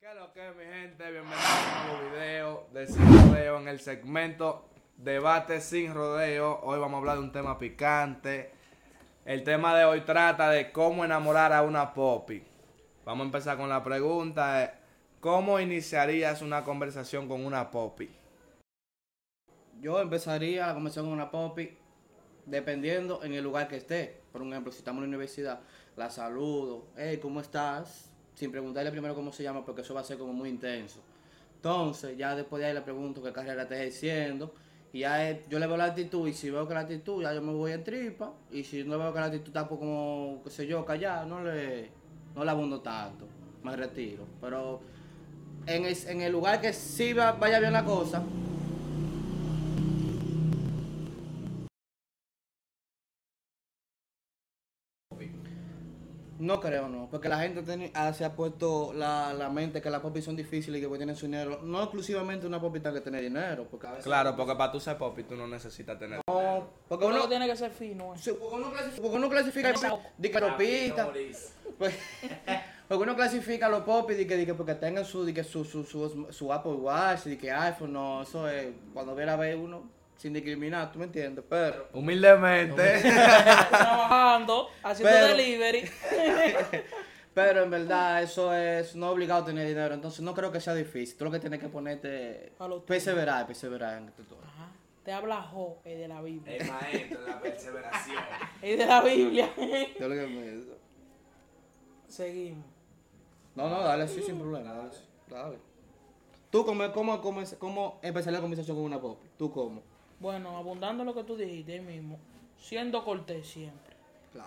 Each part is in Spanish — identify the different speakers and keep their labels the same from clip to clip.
Speaker 1: ¿Qué lo que, mi gente? Bienvenidos a un nuevo video de Sin Rodeo en el segmento Debate Sin Rodeo. Hoy vamos a hablar de un tema picante. El tema de hoy trata de cómo enamorar a una popi. Vamos a empezar con la pregunta. de ¿Cómo iniciarías una conversación con una popi?
Speaker 2: Yo empezaría la conversación con una popi, dependiendo en el lugar que esté. Por ejemplo, si estamos en la universidad, la saludo, hey, ¿cómo estás? Sin preguntarle primero cómo se llama, porque eso va a ser como muy intenso. Entonces, ya después de ahí le pregunto qué carrera está ejerciendo, y ya él- yo le veo la actitud, y si veo que la actitud, ya yo me voy en tripa, y si no veo que la actitud está por como, qué sé yo, callada, no le, no le abundo tanto, me retiro. Pero en el, en el lugar que sí va- vaya bien la cosa, No creo, no. Porque la gente tiene- ah, se ha puesto la, la mente que las popis son difíciles y que pues tienen su dinero. No exclusivamente una popita que tiene dinero. Porque a veces-
Speaker 1: Claro, porque para tú ser popi tú no necesitas tener...
Speaker 2: No, porque
Speaker 3: Uno
Speaker 2: uno,
Speaker 3: que tiene que ser fino. eh.
Speaker 2: sí, porque uno clasifica, porque uno clasifica el-
Speaker 3: Claro.
Speaker 2: de que los pistas, pues, porque uno clasifica a los popis de que, de que porque tengan su, de que su, su, su, su Apple Watch, de que iPhone, no, eso es cuando viera a ver uno sin discriminar, ¿tú me entiendes? Pero
Speaker 1: Humildemente.
Speaker 3: Trabajando, haciendo
Speaker 2: Pero-
Speaker 3: delivery.
Speaker 2: Pero en verdad eso es no obligado a tener dinero, entonces no creo que sea difícil. Tú lo que tienes que ponerte
Speaker 3: A lo tuyo.
Speaker 2: perseverar, perseverar en este todo.
Speaker 3: Ajá. Ah, Te habla Jo, el de la Biblia.
Speaker 1: El maestro, la perseveración.
Speaker 3: El de la Biblia.
Speaker 2: Yo lo que me-
Speaker 3: Seguimos.
Speaker 2: No, no, dale así sin problema, dale. así, dale. Tú cómo cómo cómo, cómo empezar la conversación con una pop? Tú cómo?
Speaker 3: Bueno, abundando lo que tú dijiste ahí mismo, siendo cortés siempre.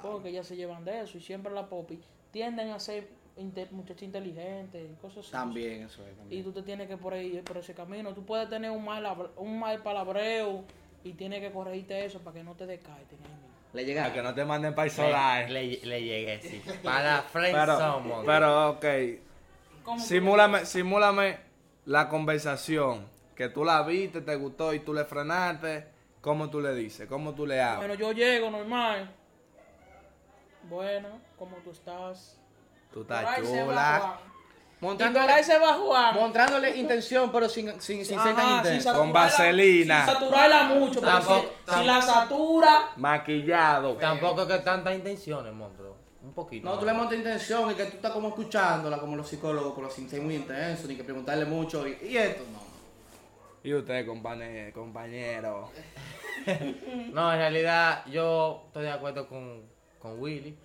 Speaker 3: Porque ellas se llevan de eso y siempre la popi tienden a ser inte- muchachas inteligentes y cosas así.
Speaker 2: También eso es.
Speaker 3: Y
Speaker 2: También.
Speaker 3: tú te tienes que por ahí, por ese camino. Tú puedes tener un mal, habl- un mal palabreo y tienes que corregirte eso para que no te descaigas.
Speaker 2: Le
Speaker 1: Para Ah, que
Speaker 2: llegaste.
Speaker 1: no te manden para el
Speaker 4: Le,
Speaker 1: solar.
Speaker 4: le, le llegué, sí. Para Friend
Speaker 1: Pero,
Speaker 4: Someone.
Speaker 1: pero, ok. Simúlame, simúlame la conversación que tú la viste, te gustó y tú le frenaste. ¿Cómo tú le dices? ¿Cómo tú le hablas?
Speaker 3: Bueno, yo llego normal. Bueno, ¿cómo tú estás?
Speaker 1: tú
Speaker 3: Por
Speaker 1: estás
Speaker 3: ahí se va
Speaker 1: chula.
Speaker 3: Juan. Y por ahí
Speaker 2: Mostrándole,
Speaker 3: se va Juan.
Speaker 2: mostrándole intención, pero sin sin sin ser tan
Speaker 3: Ajá, sin
Speaker 2: intenso.
Speaker 3: saturarla-
Speaker 1: Con vaselina.
Speaker 3: Sin saturarla mucho. porque
Speaker 4: Tampoco-
Speaker 3: si- si,
Speaker 4: tampoco.
Speaker 3: la satura.
Speaker 1: Maquillado.
Speaker 4: Tampoco es que tantas intenciones, monstruo. Un poquito.
Speaker 2: No, tú le montas intención y que tú estás como escuchándola, como los psicólogos, pero sin ser muy intenso, ni que preguntarle mucho. Y, y esto, no.
Speaker 1: Y usted, compañero, compañero.
Speaker 4: No, en realidad yo estoy de acuerdo con, con Willy.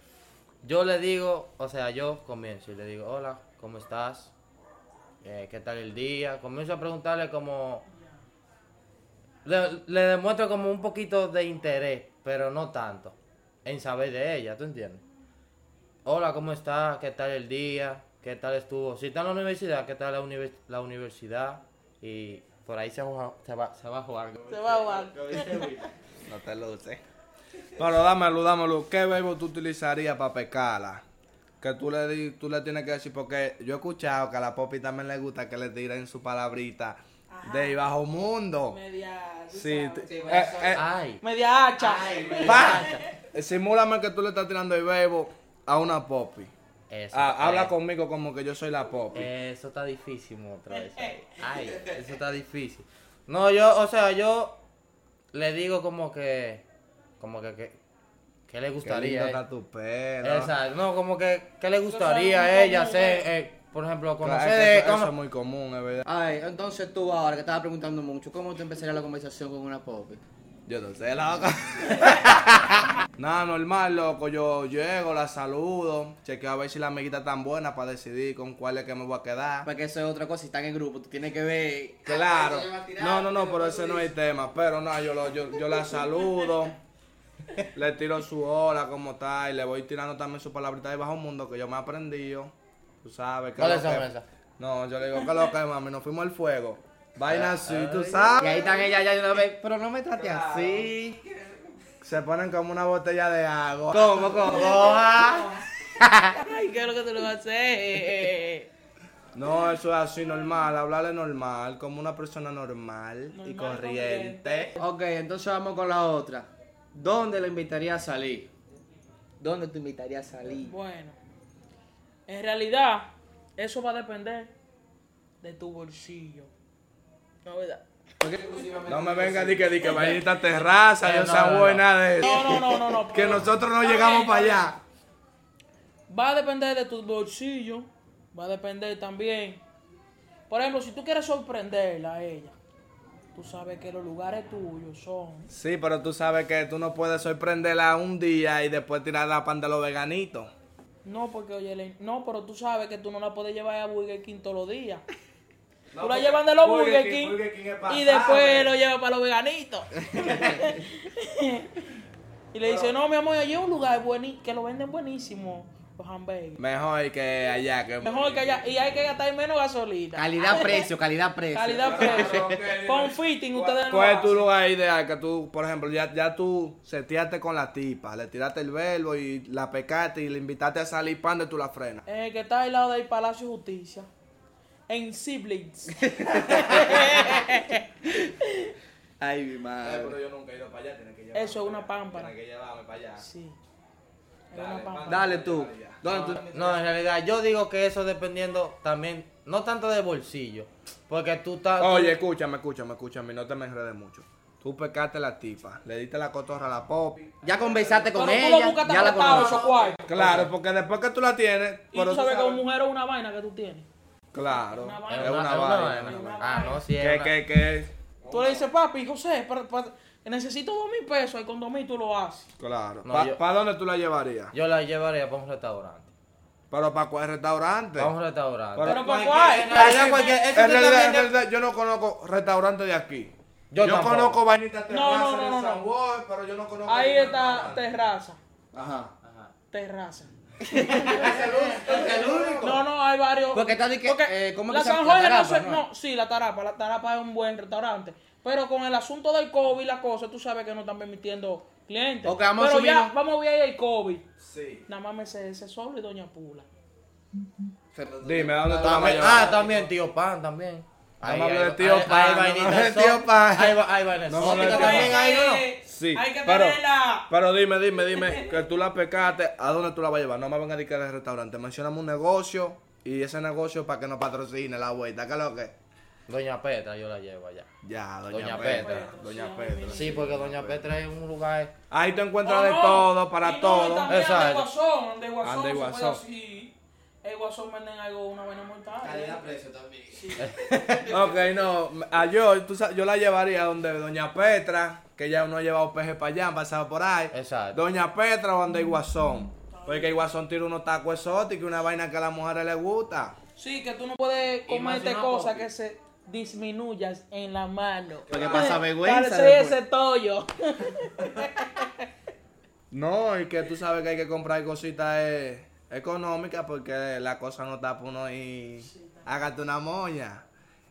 Speaker 4: Yo le digo, o sea, yo comienzo y le digo, hola, ¿cómo estás? Eh, ¿Qué tal el día? Comienzo a preguntarle como... Le, le demuestro como un poquito de interés, pero no tanto, en saber de ella, ¿tú entiendes? Hola, ¿cómo estás? ¿Qué tal el día? ¿Qué tal estuvo? Si está en la universidad, ¿qué tal la, univers- la universidad? Y por ahí se va, se va, se va a jugar.
Speaker 3: Se va Juan.
Speaker 1: No te luces. Pero dámelo, dámelo. ¿Qué verbo tú utilizarías para pecarla? Que tú le, di- tú le tienes que decir, porque yo he escuchado que a la popi también le gusta que le tiren su palabrita
Speaker 3: Ajá.
Speaker 1: de bajo mundo.
Speaker 3: Media. tú
Speaker 1: Sí,
Speaker 3: sabes.
Speaker 1: te-
Speaker 2: Sí,
Speaker 1: eh, eh,
Speaker 4: Ay.
Speaker 3: Media hacha.
Speaker 1: Pa- Simúlame que tú le estás tirando el bebo a una popi.
Speaker 4: Eso,
Speaker 1: Ah, habla
Speaker 4: eh,
Speaker 1: conmigo como que yo soy la popi.
Speaker 4: Eso está difícil otra vez. ahí. Ay, eso está difícil. No, yo, o sea, yo le digo como que, como que, que,
Speaker 1: Qué
Speaker 4: que le
Speaker 1: lindo
Speaker 4: gustaría. eh.
Speaker 1: está tu pelo.
Speaker 4: Exacto, no, como que, que le
Speaker 3: Eso es
Speaker 4: gustaría a
Speaker 3: muy
Speaker 4: ella
Speaker 3: común,
Speaker 4: hacer, eh, por ejemplo,
Speaker 1: Claro,
Speaker 4: conocer, eh,
Speaker 1: es que eso,
Speaker 4: cono-
Speaker 1: eso es muy común, es verdad.
Speaker 2: Ay, entonces tú ahora que estaba preguntando mucho, ¿cómo te empezaría la conversación con una popi?
Speaker 1: Yo no sé, loco. Nada, normal, loco. Yo llego, la saludo. Chequeo a ver si la amiguita es tan buena para decidir con cuál es que me voy a quedar.
Speaker 2: Porque eso es otra cosa, si están en grupo, tú tienes que ver.
Speaker 1: Claro. No, no, no, pero ese no es el tema. Pero no, yo, lo- yo, yo la saludo. Le tiro su hora como tal. Y le voy tirando también su palabrita de bajo mundo que yo me he aprendido. Tú sabes que.
Speaker 4: ¿Cuáles
Speaker 1: lo que-
Speaker 4: son esas?
Speaker 1: No, yo le digo que lo que, mami, nos fuimos al fuego.
Speaker 4: Ah,
Speaker 1: Vaina así, tú
Speaker 2: Y
Speaker 1: sabes.
Speaker 2: ahí están ellas ya de una vez, pero no me trate así.
Speaker 1: Se ponen como una botella de agua.
Speaker 2: ¿Cómo, cómo?
Speaker 3: Ay, ¿qué es lo que tú le vas a hacer?
Speaker 1: No, eso es así normal, hablarle normal, como una persona normal, y
Speaker 3: Normal,
Speaker 1: corriente.
Speaker 2: Ok, entonces vamos con la otra. ¿Dónde la invitaría a salir? ¿Dónde te invitaría a salir?
Speaker 3: Bueno, en realidad, eso va a depender de tu bolsillo. No, ¿verdad?
Speaker 1: No me venga di que di que vainita terraza,
Speaker 4: Este, Eh,
Speaker 1: Dios
Speaker 4: no,
Speaker 1: sabe
Speaker 4: no, no.
Speaker 1: nada de eso.
Speaker 3: No, no, no, no, no.
Speaker 1: Que
Speaker 3: pero
Speaker 1: nosotros no llegamos para allá.
Speaker 3: Va a depender de tu bolsillo. Va a depender también. Por ejemplo, si tú quieres sorprenderla a ella, tú sabes que los lugares tuyos son.
Speaker 1: Sí, pero tú sabes que tú no puedes sorprenderla un día y después tirarla pan de los veganitos.
Speaker 3: No, porque oye, le- no, pero tú sabes que tú no la puedes llevar a Burger King todos los días. tú la llevas de los Burger King, y después lo llevas para los veganitos. y le dice, no, mi amor, allí hay un lugar bueni- que lo venden buenísimo, los hamburgues.
Speaker 1: Mejor que allá. Que
Speaker 3: Mejor que allá, y hay que gastar menos gasolina.
Speaker 2: Calidad-precio, calidad-precio.
Speaker 3: Calidad-precio. Con fitting, ustedes no
Speaker 1: ¿Cuál es
Speaker 3: hacen.
Speaker 1: tu lugar ideal? Que tú, por ejemplo, ya, ya tú seteaste con la tipa, le tiraste el verbo y la pecaste y le invitaste a salir pan de tú la frenas.
Speaker 3: Eh, que está al lado del Palacio de Justicia. En Siblings.
Speaker 2: Ay, mi madre.
Speaker 1: Eh, yo nunca he ido para allá, tiene que
Speaker 3: llevarme Eso es para una allá, pámpara. tiene
Speaker 1: que llevarme para allá.
Speaker 3: Sí. Es
Speaker 1: Dale,
Speaker 3: una pampa.
Speaker 2: Dale tú. Dale tú.
Speaker 4: No, en realidad yo digo que eso dependiendo también, no tanto de bolsillo, porque tú estás...
Speaker 1: Oye, escúchame, escúchame, escúchame, no te me enredes mucho. Tú pecaste la tipa, le diste la cotorra a la pop.
Speaker 2: Ya conversaste con
Speaker 3: Pero tú lo
Speaker 2: ella,
Speaker 3: buscas
Speaker 2: ya la
Speaker 3: apretado,
Speaker 2: conoces.
Speaker 3: esos cuartos.
Speaker 1: Claro, porque después que tú la tienes,
Speaker 3: Y
Speaker 1: pero
Speaker 3: tú sabes
Speaker 1: sabes-
Speaker 3: que como mujer es una vaina que tú tienes.
Speaker 1: Claro,
Speaker 3: Una
Speaker 4: Es
Speaker 3: vaina.
Speaker 1: es una
Speaker 4: es
Speaker 1: vaina.
Speaker 4: vaina. Ah, no, sí. es
Speaker 1: Que,
Speaker 4: una-
Speaker 1: que, que,
Speaker 3: Tú le dices, papi, José, pa- pa- necesito dos mil pesos. Y con dos mil tú lo haces.
Speaker 1: claro.
Speaker 4: No,
Speaker 1: ¿Para
Speaker 4: yo-
Speaker 1: dónde tú la llevarías?
Speaker 4: Yo la llevaría para un restaurante.
Speaker 1: Pero para cuál restaurante.
Speaker 4: Para un restaurante.
Speaker 1: Pero
Speaker 3: Pero ¿para
Speaker 4: cualquier-
Speaker 3: cuál?
Speaker 4: Allá cualquier- eso
Speaker 1: En
Speaker 4: tú
Speaker 1: realidad, en
Speaker 4: también-
Speaker 1: realidad, yo no conozco restaurante de aquí.
Speaker 4: Yo tampoco.
Speaker 1: conozco vainitas terraza
Speaker 3: No, no, no,
Speaker 1: de
Speaker 3: no,
Speaker 1: San
Speaker 3: no.
Speaker 1: Juan, pero yo no conozco.
Speaker 3: Ahí
Speaker 1: ningún
Speaker 3: está
Speaker 1: restaurante.
Speaker 3: terraza.
Speaker 2: Ajá.
Speaker 3: Terraza.
Speaker 1: Es el único, es el único.
Speaker 3: No, no, hay varios.
Speaker 2: Porque está de que,
Speaker 3: Porque
Speaker 2: eh, ¿cómo que
Speaker 3: la
Speaker 2: se llama?
Speaker 3: San
Speaker 2: La
Speaker 3: Jorge no
Speaker 2: Tarapa,
Speaker 3: se-
Speaker 2: ¿no?
Speaker 3: no, sí, la Tarapa. La Tarapa es un buen restaurante. Pero con el asunto del COVID y la cosa, tú sabes que no están permitiendo clientes.
Speaker 2: Ok, vamos a
Speaker 3: Pero ya,
Speaker 2: subirnos.
Speaker 3: vamos a ver el COVID.
Speaker 1: Sí.
Speaker 3: Nada más me sé ese solo y Doña Pula.
Speaker 1: Dime, ¿a ¿dónde tú la vas a
Speaker 4: También-
Speaker 1: llevar?
Speaker 4: ah, también tío Pan, también.
Speaker 1: me hables de tío Pan, no me hables de tío Pan.
Speaker 4: Hay, va- hay vainas
Speaker 1: No me
Speaker 4: exóticas
Speaker 1: hables de tío
Speaker 4: también,
Speaker 1: Pan.
Speaker 4: hay uno.
Speaker 1: Sí,
Speaker 3: Hay que
Speaker 1: pero,
Speaker 3: tenerla.
Speaker 1: pero dime, dime, dime, que tú la pecaste, ¿a dónde tú la vas a llevar? No me vengas a decir que es el restaurante. Mencioname un negocio y ese negocio para que nos patrocine la vuelta. ¿Qué es lo que?
Speaker 4: Doña Petra yo la llevo allá.
Speaker 1: Ya, Doña,
Speaker 4: Doña
Speaker 1: Petra.
Speaker 4: Petra.
Speaker 1: Doña Petra.
Speaker 4: Sí, porque Doña Petra es un lugar...
Speaker 1: Ahí te encuentras
Speaker 3: Oh,
Speaker 1: de
Speaker 3: no.
Speaker 1: todo,
Speaker 3: Y
Speaker 1: para
Speaker 3: no, y
Speaker 1: todo.
Speaker 3: también
Speaker 4: Exacto.
Speaker 3: anda el Guasón, anda el Guasón,
Speaker 1: Anda el
Speaker 3: se puede
Speaker 1: Guasón.
Speaker 3: así. El Guasón venden algo, una buena mortal.
Speaker 2: Calidad-precio también.
Speaker 1: Ok, no. A yo, tú sa- yo la llevaría donde Doña Petra, que ya uno ha llevado peje para allá, han pasado por ahí.
Speaker 4: Exacto.
Speaker 1: Doña Petra o donde Iguazón. Porque Iguazón tiene unos tacos exóticos y una vaina que a las mujeres les gusta.
Speaker 3: Sí, que tú no puedes comerte
Speaker 4: una
Speaker 3: cosas
Speaker 4: popi.
Speaker 3: que se disminuyas en la mano.
Speaker 2: Porque pasa vergüenza
Speaker 3: Parece
Speaker 2: después.
Speaker 3: ese tollo.
Speaker 1: No, y que tú sabes que hay que comprar cositas eh, económicas porque la cosa no está para uno y hágate una moña.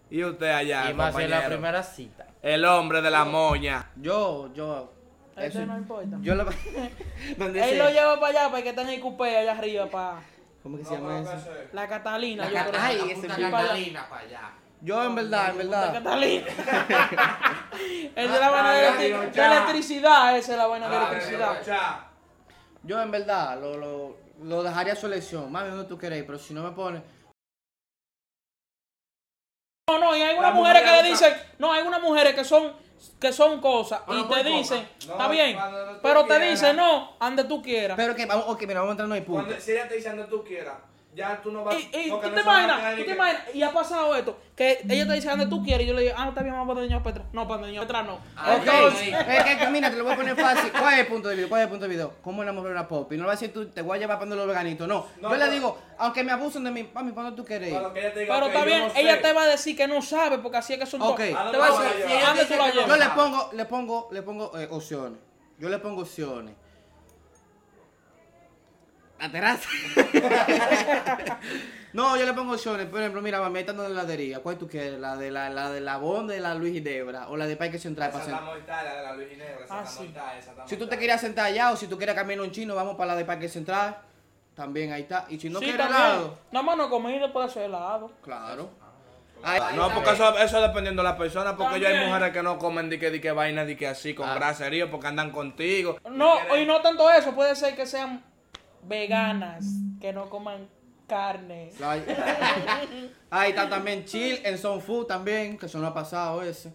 Speaker 1: Y usted allá,
Speaker 4: Y más en la
Speaker 1: compañero,
Speaker 4: primera cita.
Speaker 1: el hombre de la moña.
Speaker 2: Yo, yo.
Speaker 3: Eso
Speaker 2: eso-
Speaker 3: no importa.
Speaker 2: Yo lo. ¿Dónde
Speaker 3: Él
Speaker 2: dice?
Speaker 3: lo lleva para allá, para que está en el coupé allá arriba, para
Speaker 2: ¿Cómo que se llama eso?
Speaker 3: la Catalina.
Speaker 2: La
Speaker 3: yo
Speaker 2: Cata-
Speaker 3: creo.
Speaker 2: Ay,
Speaker 3: La
Speaker 2: ese
Speaker 3: puta
Speaker 2: mismo.
Speaker 3: Catalina.
Speaker 4: para allá.
Speaker 2: Yo, en verdad, en
Speaker 3: La
Speaker 2: verdad.
Speaker 3: Catalina. Esa es la vaina de,
Speaker 1: Ah,
Speaker 3: electric- de
Speaker 1: ya. Ah,
Speaker 3: electricidad. Esa es la vaina de electricidad.
Speaker 2: Yo, en verdad, lo, lo, lo dejaría a su elección. Mami, donde tú querés, pero si no me pones.
Speaker 3: No, no, y hay algunas
Speaker 1: La
Speaker 3: mujeres
Speaker 1: mujer
Speaker 3: que le
Speaker 1: usa-
Speaker 3: dicen, no, hay algunas mujeres que son que son cosas
Speaker 4: Pero
Speaker 3: y
Speaker 4: muy
Speaker 3: te
Speaker 4: pocas.
Speaker 3: dicen,
Speaker 1: No,
Speaker 3: está bien,
Speaker 1: cuando tú
Speaker 3: pero te
Speaker 1: quieras.
Speaker 3: dicen, no, ande tú quieras.
Speaker 2: Pero que vamos, ok, mira, vamos a entrar en el punto.
Speaker 1: si ella te dice donde tú quieras, ya tú no
Speaker 3: Y, y tú te imaginas, tú te imaginas, y ha pasado esto, que
Speaker 2: Mm.
Speaker 3: ella te dice, ande tú quieres, y yo le digo, ah, está bien, vamos para Doña Petra. No, para Doña Petra no.
Speaker 2: Ah, Ok,
Speaker 3: Entonces,
Speaker 2: es que, que mira, te lo voy a poner fácil. ¿Cuál es el punto de video? ¿Cuál es el punto de video? ¿Cómo enamorar a Poppy? No le voy a decir tú, te voy a llevar para los veganitos. No,
Speaker 1: No,
Speaker 2: yo
Speaker 1: no.
Speaker 2: le digo, aunque me abusen de mí, mami, ¿cuándo tú querés?
Speaker 3: pero está bien, ella te va a decir que no sabe, porque así es que son
Speaker 2: Ok.
Speaker 3: todos.
Speaker 1: ¿A
Speaker 3: Te
Speaker 2: Ah,
Speaker 3: va a
Speaker 1: dónde
Speaker 3: decir,
Speaker 1: vas a llevar?
Speaker 3: ande tú la
Speaker 2: Yo
Speaker 3: llevas.
Speaker 2: le pongo, le pongo, le pongo eh, opciones. Yo le pongo opciones. La terraza. no, yo le pongo opciones. Por ejemplo, mira, mami, ahí está en la heladería. ¿Cuál tú quieres? ¿La de la, la de la Bond, de la Luis Debra o la de Parque Central? para sentar?
Speaker 1: de la Luis Ginebra,
Speaker 3: Ah, sí.
Speaker 2: Si tú te querías sentar allá o si tú quieres caminar un chino, vamos para la de Parque Central. También ahí está. Y si no
Speaker 3: Sí,
Speaker 2: quieres
Speaker 3: también.
Speaker 2: helado,
Speaker 3: Nada más no comí, después de eso helado.
Speaker 2: claro. Ahí-
Speaker 1: No, porque eso, eso dependiendo de la persona, porque yo hay
Speaker 3: También.
Speaker 1: mujeres que no comen di que, di que vaina, di que así, con braserío, porque andan contigo.
Speaker 3: No, y no tanto eso, puede ser que sean veganas, que no coman carne.
Speaker 2: Ahí está también Chill en Son Food también, que eso no ha pasado ese.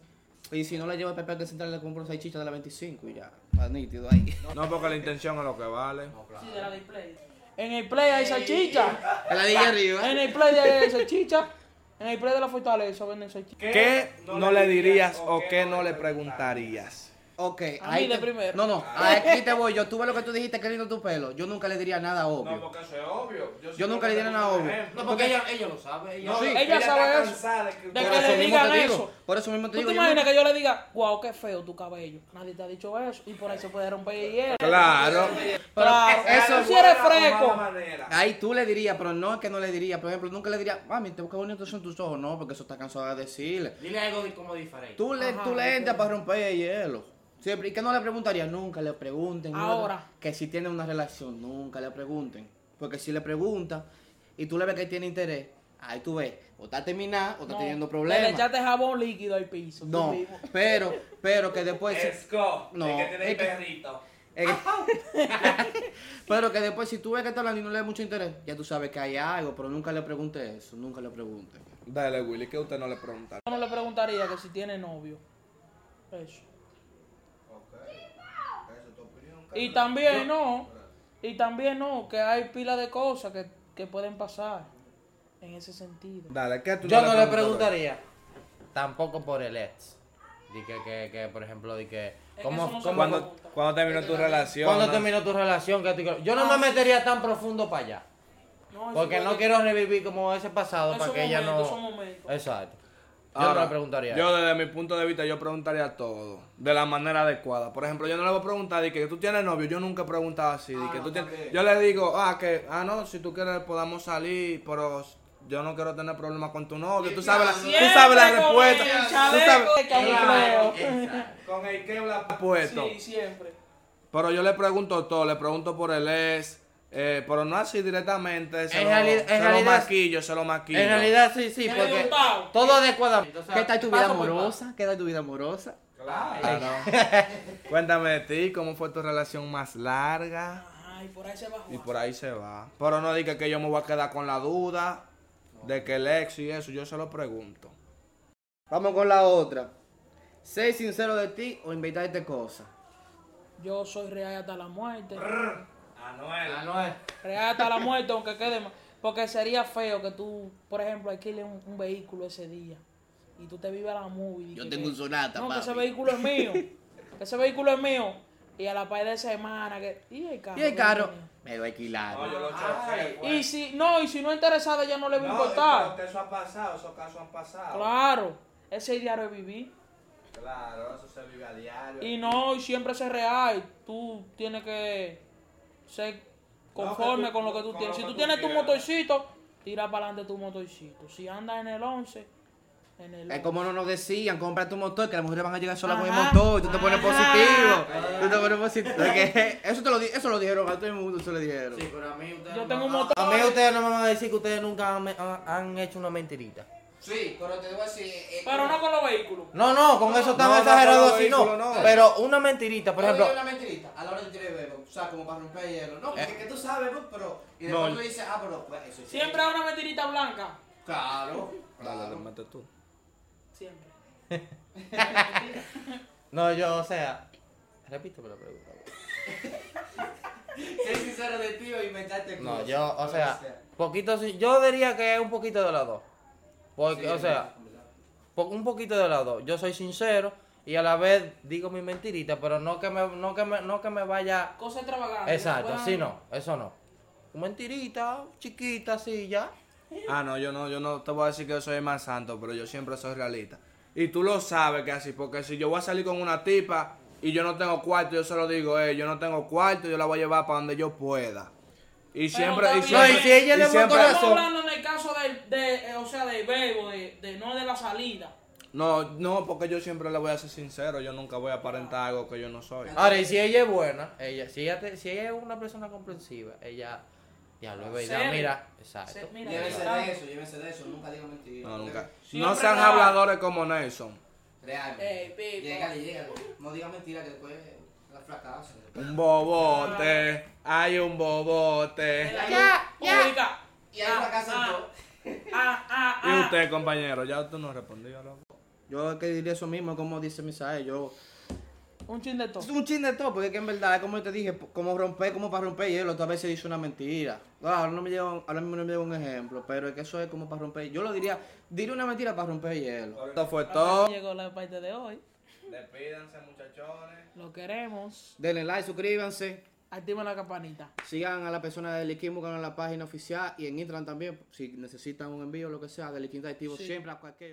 Speaker 2: Y si no le llevo el pepe de central, le compro seis chichas de la 25 y ya. Está nítido ahí.
Speaker 1: No, porque la intención es lo que vale.
Speaker 5: Sí, de la del play.
Speaker 3: En el play hay salchicha.
Speaker 2: Que la dije arriba.
Speaker 3: En el play de salchicha. En el play de la fortaleza venden salchicha.
Speaker 1: ¿Qué no le dirías o qué no le preguntarías?
Speaker 2: Ok,
Speaker 3: A
Speaker 2: ahí.
Speaker 3: mí de
Speaker 2: te-
Speaker 3: primero.
Speaker 2: No, no, aquí te voy yo. Tú ves lo que tú dijiste, qué lindo tu pelo. Yo nunca le diría nada obvio.
Speaker 1: porque eso es obvio. Yo,
Speaker 2: nunca le diría nada obvio.
Speaker 4: No, porque ella, ella lo sabe. Ella
Speaker 3: ella sabe eso. De
Speaker 2: Por
Speaker 3: que le
Speaker 2: eso mismo
Speaker 3: digan
Speaker 2: te digo.
Speaker 3: eso.
Speaker 2: Por eso mismo
Speaker 3: ¿Tú
Speaker 2: te
Speaker 3: te
Speaker 2: digo. yo
Speaker 3: imaginas que yo le diga, wow, qué feo tu cabello? Nadie te ha dicho eso. Y por ahí se puede romper el hielo.
Speaker 1: Claro.
Speaker 3: Claro.
Speaker 2: eso-
Speaker 3: Tú sí eres fresco.
Speaker 2: Ahí tú le dirías, pero no es que no le diría. Por ejemplo, nunca le diría, mami, te busca bonito son tus ojos. No, porque eso está cansado de decirle.
Speaker 4: Dile algo de- como diferente.
Speaker 2: Tú le,
Speaker 3: Ajá,
Speaker 2: tú le
Speaker 3: ok.
Speaker 2: entras para romper el hielo. Siempre. ¿Y que no le preguntaría? Nunca le pregunten. no le-
Speaker 3: Ahora.
Speaker 2: Que si tiene una relación, nunca le pregunten. Porque si le pregunta y tú le ves que tiene interés, ahí tú ves, o está terminada o está
Speaker 3: No,
Speaker 2: teniendo
Speaker 3: Le
Speaker 2: problemas.
Speaker 3: echaste jabón líquido al piso. tú
Speaker 2: No,
Speaker 3: mismo.
Speaker 2: pero, pero que después. si- pues No, que tiene es que-
Speaker 1: perrito.
Speaker 2: eh, pero que después, si tú ves que está hablando y no le da mucho interés, ya tú sabes que hay algo, pero nunca le pregunte eso, nunca le pregunte.
Speaker 1: Dale, Willy, que usted no le preguntaría.
Speaker 3: Yo no le preguntaría que si tiene novio. Eso. Y también no, y también no, que hay pila de cosas que, que pueden pasar en ese sentido.
Speaker 1: Dale, ¿qué tú
Speaker 4: Yo no le
Speaker 1: preguntarías?
Speaker 4: preguntaría. Tampoco por el ex. Di que, que, que, por ejemplo, di que.
Speaker 3: que
Speaker 4: ¿Cómo,
Speaker 3: eso no se
Speaker 4: cómo-
Speaker 3: puede.
Speaker 1: ¿Cuándo, cuándo terminó tu relación?
Speaker 4: cuándo terminó tu relación? Que tú- yo no me metería tan profundo para allá.
Speaker 3: No, eso
Speaker 4: Porque no
Speaker 3: puede-
Speaker 4: quiero revivir como ese pasado
Speaker 3: Esos
Speaker 4: para que ella
Speaker 3: momentos,
Speaker 4: no.
Speaker 3: esos momentos.
Speaker 4: Exacto. Yo
Speaker 1: Ahora,
Speaker 4: no le preguntaría.
Speaker 1: Yo desde mi punto de vista, yo preguntaría todo. De la manera adecuada. Por ejemplo, yo no le voy a preguntar de que tú tienes novio. Yo nunca he preguntado así.
Speaker 3: Ah,
Speaker 1: de que tú tienes- Yo le digo, ah, que, ah, no, si tú quieres podamos salir, pero yo no quiero tener problemas con tu novio. Tú sabes la, tú sabes la
Speaker 3: Siempre con
Speaker 1: respuesta.
Speaker 3: el
Speaker 1: Tú
Speaker 3: chaleco de
Speaker 1: sabes.
Speaker 3: camufleo.
Speaker 1: Con el que la puesto.
Speaker 3: Sí, siempre.
Speaker 1: Pero yo le pregunto todo, le pregunto por el ex, eh, pero no así directamente, se,
Speaker 4: En
Speaker 1: lo,
Speaker 4: reali- en
Speaker 1: se lo
Speaker 4: realidad-
Speaker 1: maquillo, se lo maquillo.
Speaker 4: En realidad sí, sí,
Speaker 3: Medio
Speaker 4: porque
Speaker 3: untado.
Speaker 4: todo
Speaker 1: Eh,
Speaker 4: adecuadamente.
Speaker 2: ¿Qué tal tu vida amorosa? ¿Qué tal tu vida amorosa?
Speaker 1: Claro. Ah, Cuéntame de ti, ¿cómo fue tu relación más larga?
Speaker 3: Ay, por ahí se bajó.
Speaker 1: Y por ahí se va. Pero no diga que yo me voy a quedar con la duda de que el ex y eso, yo se lo pregunto.
Speaker 2: Vamos con la otra. Sé sincero de ti o inventarte cosas.
Speaker 3: Yo soy real hasta la muerte.
Speaker 4: Ah, no es.
Speaker 3: Real hasta la muerte, aunque quede mal. Porque sería feo que tú, por ejemplo, alquiles un, un vehículo ese día y tú te vives la movie.
Speaker 2: Yo
Speaker 3: que-
Speaker 2: tengo un Sonata,
Speaker 3: No, que ese
Speaker 2: papi.
Speaker 3: vehículo es mío. que ese vehículo es mío. Y a la par de semana, que. Y el carro.
Speaker 2: Y el carro
Speaker 3: que es mío.
Speaker 2: me lo
Speaker 1: Ah,
Speaker 2: alquilaron.
Speaker 3: Y si no, y si no es interesada, ya no le va a importar.
Speaker 1: eso ha pasado, esos casos han pasado.
Speaker 3: Claro, ese es diario de vivir.
Speaker 1: Claro, eso se vive a diario.
Speaker 3: Y no, y siempre ser real. Tú tienes que ser conforme
Speaker 1: No, que tú-
Speaker 3: con lo que tú
Speaker 1: con
Speaker 3: tienes.
Speaker 1: lo
Speaker 3: Si
Speaker 1: que
Speaker 3: tú
Speaker 1: tú
Speaker 3: tienes tu
Speaker 1: quieras.
Speaker 3: motorcito, tira para adelante tu motorcito. Si andas en el 11, en el
Speaker 2: Es
Speaker 3: 11.
Speaker 2: como no nos decían, compra tu motor, que las mujeres van a llegar solas con el
Speaker 3: Ajá.
Speaker 2: motor, y tú te pones
Speaker 3: Ajá.
Speaker 2: positivo. Tú te pones positivo. Porque eso, te lo, di- eso lo dijeron a todo el mundo, eso le dijeron.
Speaker 4: Sí, pero a mí ustedes.
Speaker 3: Yo
Speaker 4: no-
Speaker 3: tengo un
Speaker 4: a-
Speaker 3: motor.
Speaker 4: A mí ustedes no me van a decir que ustedes nunca han, han- han hecho una mentirita.
Speaker 2: Sí, pero te digo así.
Speaker 3: Pero no con los vehículos.
Speaker 4: No, no, con eso tan
Speaker 1: no, no,
Speaker 4: exagerado
Speaker 1: con
Speaker 4: así
Speaker 1: los
Speaker 4: no.
Speaker 1: vehículos, no.
Speaker 4: Pero una mentirita, por ejemplo.
Speaker 2: mentirita a la hora de tirar el bebo, o sea, como para romper hielo. No, porque que tú sabes, ¿no? pero. Y
Speaker 1: después No. tú
Speaker 2: dices, ah, pero pues eso
Speaker 3: Siempre hay una mentirita blanca.
Speaker 2: Claro.
Speaker 1: Dale, mete tú.
Speaker 3: Siempre.
Speaker 4: No, yo, o sea. Repíteme la pregunta.
Speaker 2: Sé sincero de ti o inventarte
Speaker 4: No, yo, o sea, poquito, sí- yo diría que es un poquito de las dos. Porque, o sea, po- un poquito de las dos. Yo soy sincero y a la vez digo mis mentiritas, pero no que me, no que me, no que me vaya.
Speaker 3: Cosas extravagantes.
Speaker 4: Exacto,
Speaker 3: Puedan-
Speaker 4: así no, eso no. Mentirita, chiquita, así ya.
Speaker 1: Ah, no, yo no, yo no te voy a decir que yo soy el más santo, pero yo siempre soy realista. Y tú lo sabes que así, porque si yo voy a salir con una tipa y yo no tengo cuarto, yo se lo digo, eh, yo no tengo cuarto, yo la voy a llevar para donde yo pueda. Y siempre, y
Speaker 3: está bien.
Speaker 1: siempre,
Speaker 3: No, y si
Speaker 4: ella
Speaker 1: y
Speaker 4: le
Speaker 1: siempre-
Speaker 4: montó
Speaker 3: Estamos
Speaker 4: Corazón.
Speaker 3: hablando en el caso del, de, eh, o sea, del bebo, de, de no de la salida.
Speaker 1: No, no, porque yo siempre le voy a ser sincero, yo nunca voy a aparentar algo que yo no soy.
Speaker 3: Ah,
Speaker 4: Ahora, y si ella es buena, ella, si ella, te- si ella es una persona comprensiva, ella, ya lo es verdad,
Speaker 3: Seria.
Speaker 4: mira, exacto.
Speaker 3: Se- mira,
Speaker 4: Debe
Speaker 3: ahí
Speaker 4: ser-
Speaker 3: está.
Speaker 2: llévense de eso, nunca digo mentiras.
Speaker 1: No, nunca.
Speaker 3: Siempre
Speaker 1: No sean
Speaker 3: real.
Speaker 1: habladores como Nelson.
Speaker 2: Real.
Speaker 3: Ey, Pipo. Llégale,
Speaker 2: llegale. No digas mentiras que después la fracaso.
Speaker 1: Un bobote, hay un bobote.
Speaker 3: Ya, ya.
Speaker 5: Y ahí fracasan
Speaker 3: ah.
Speaker 5: todos.
Speaker 3: Ah, ah,
Speaker 1: Y
Speaker 3: ah.
Speaker 1: usted, compañero, ya usted no respondió, loco.
Speaker 2: Yo es que diría eso mismo, como dice Misael, yo...
Speaker 3: Un chin de todo.
Speaker 2: Es un chin de todo, porque es que en verdad, es como yo te dije, po- como romper, como para romper hielo, tú a veces dices una mentira. Ah, Ahora, no me llega, un- ahora mismo no me llega un ejemplo, pero es que eso es como para romper, yo lo diría, diré una mentira para romper hielo.
Speaker 1: Esto fue
Speaker 3: Hasta
Speaker 1: todo.
Speaker 3: aquí Llegó la parte de hoy.
Speaker 1: Despídanse, muchachones.
Speaker 3: Lo queremos.
Speaker 2: Denle like, suscríbanse,
Speaker 3: Activen la campanita.
Speaker 2: sigan a la persona del Iquimbo que en la página oficial y en Instagram también, si necesitan un envío o lo que sea, del Iquimbo activo
Speaker 3: Sí.
Speaker 2: siempre a cualquier hora.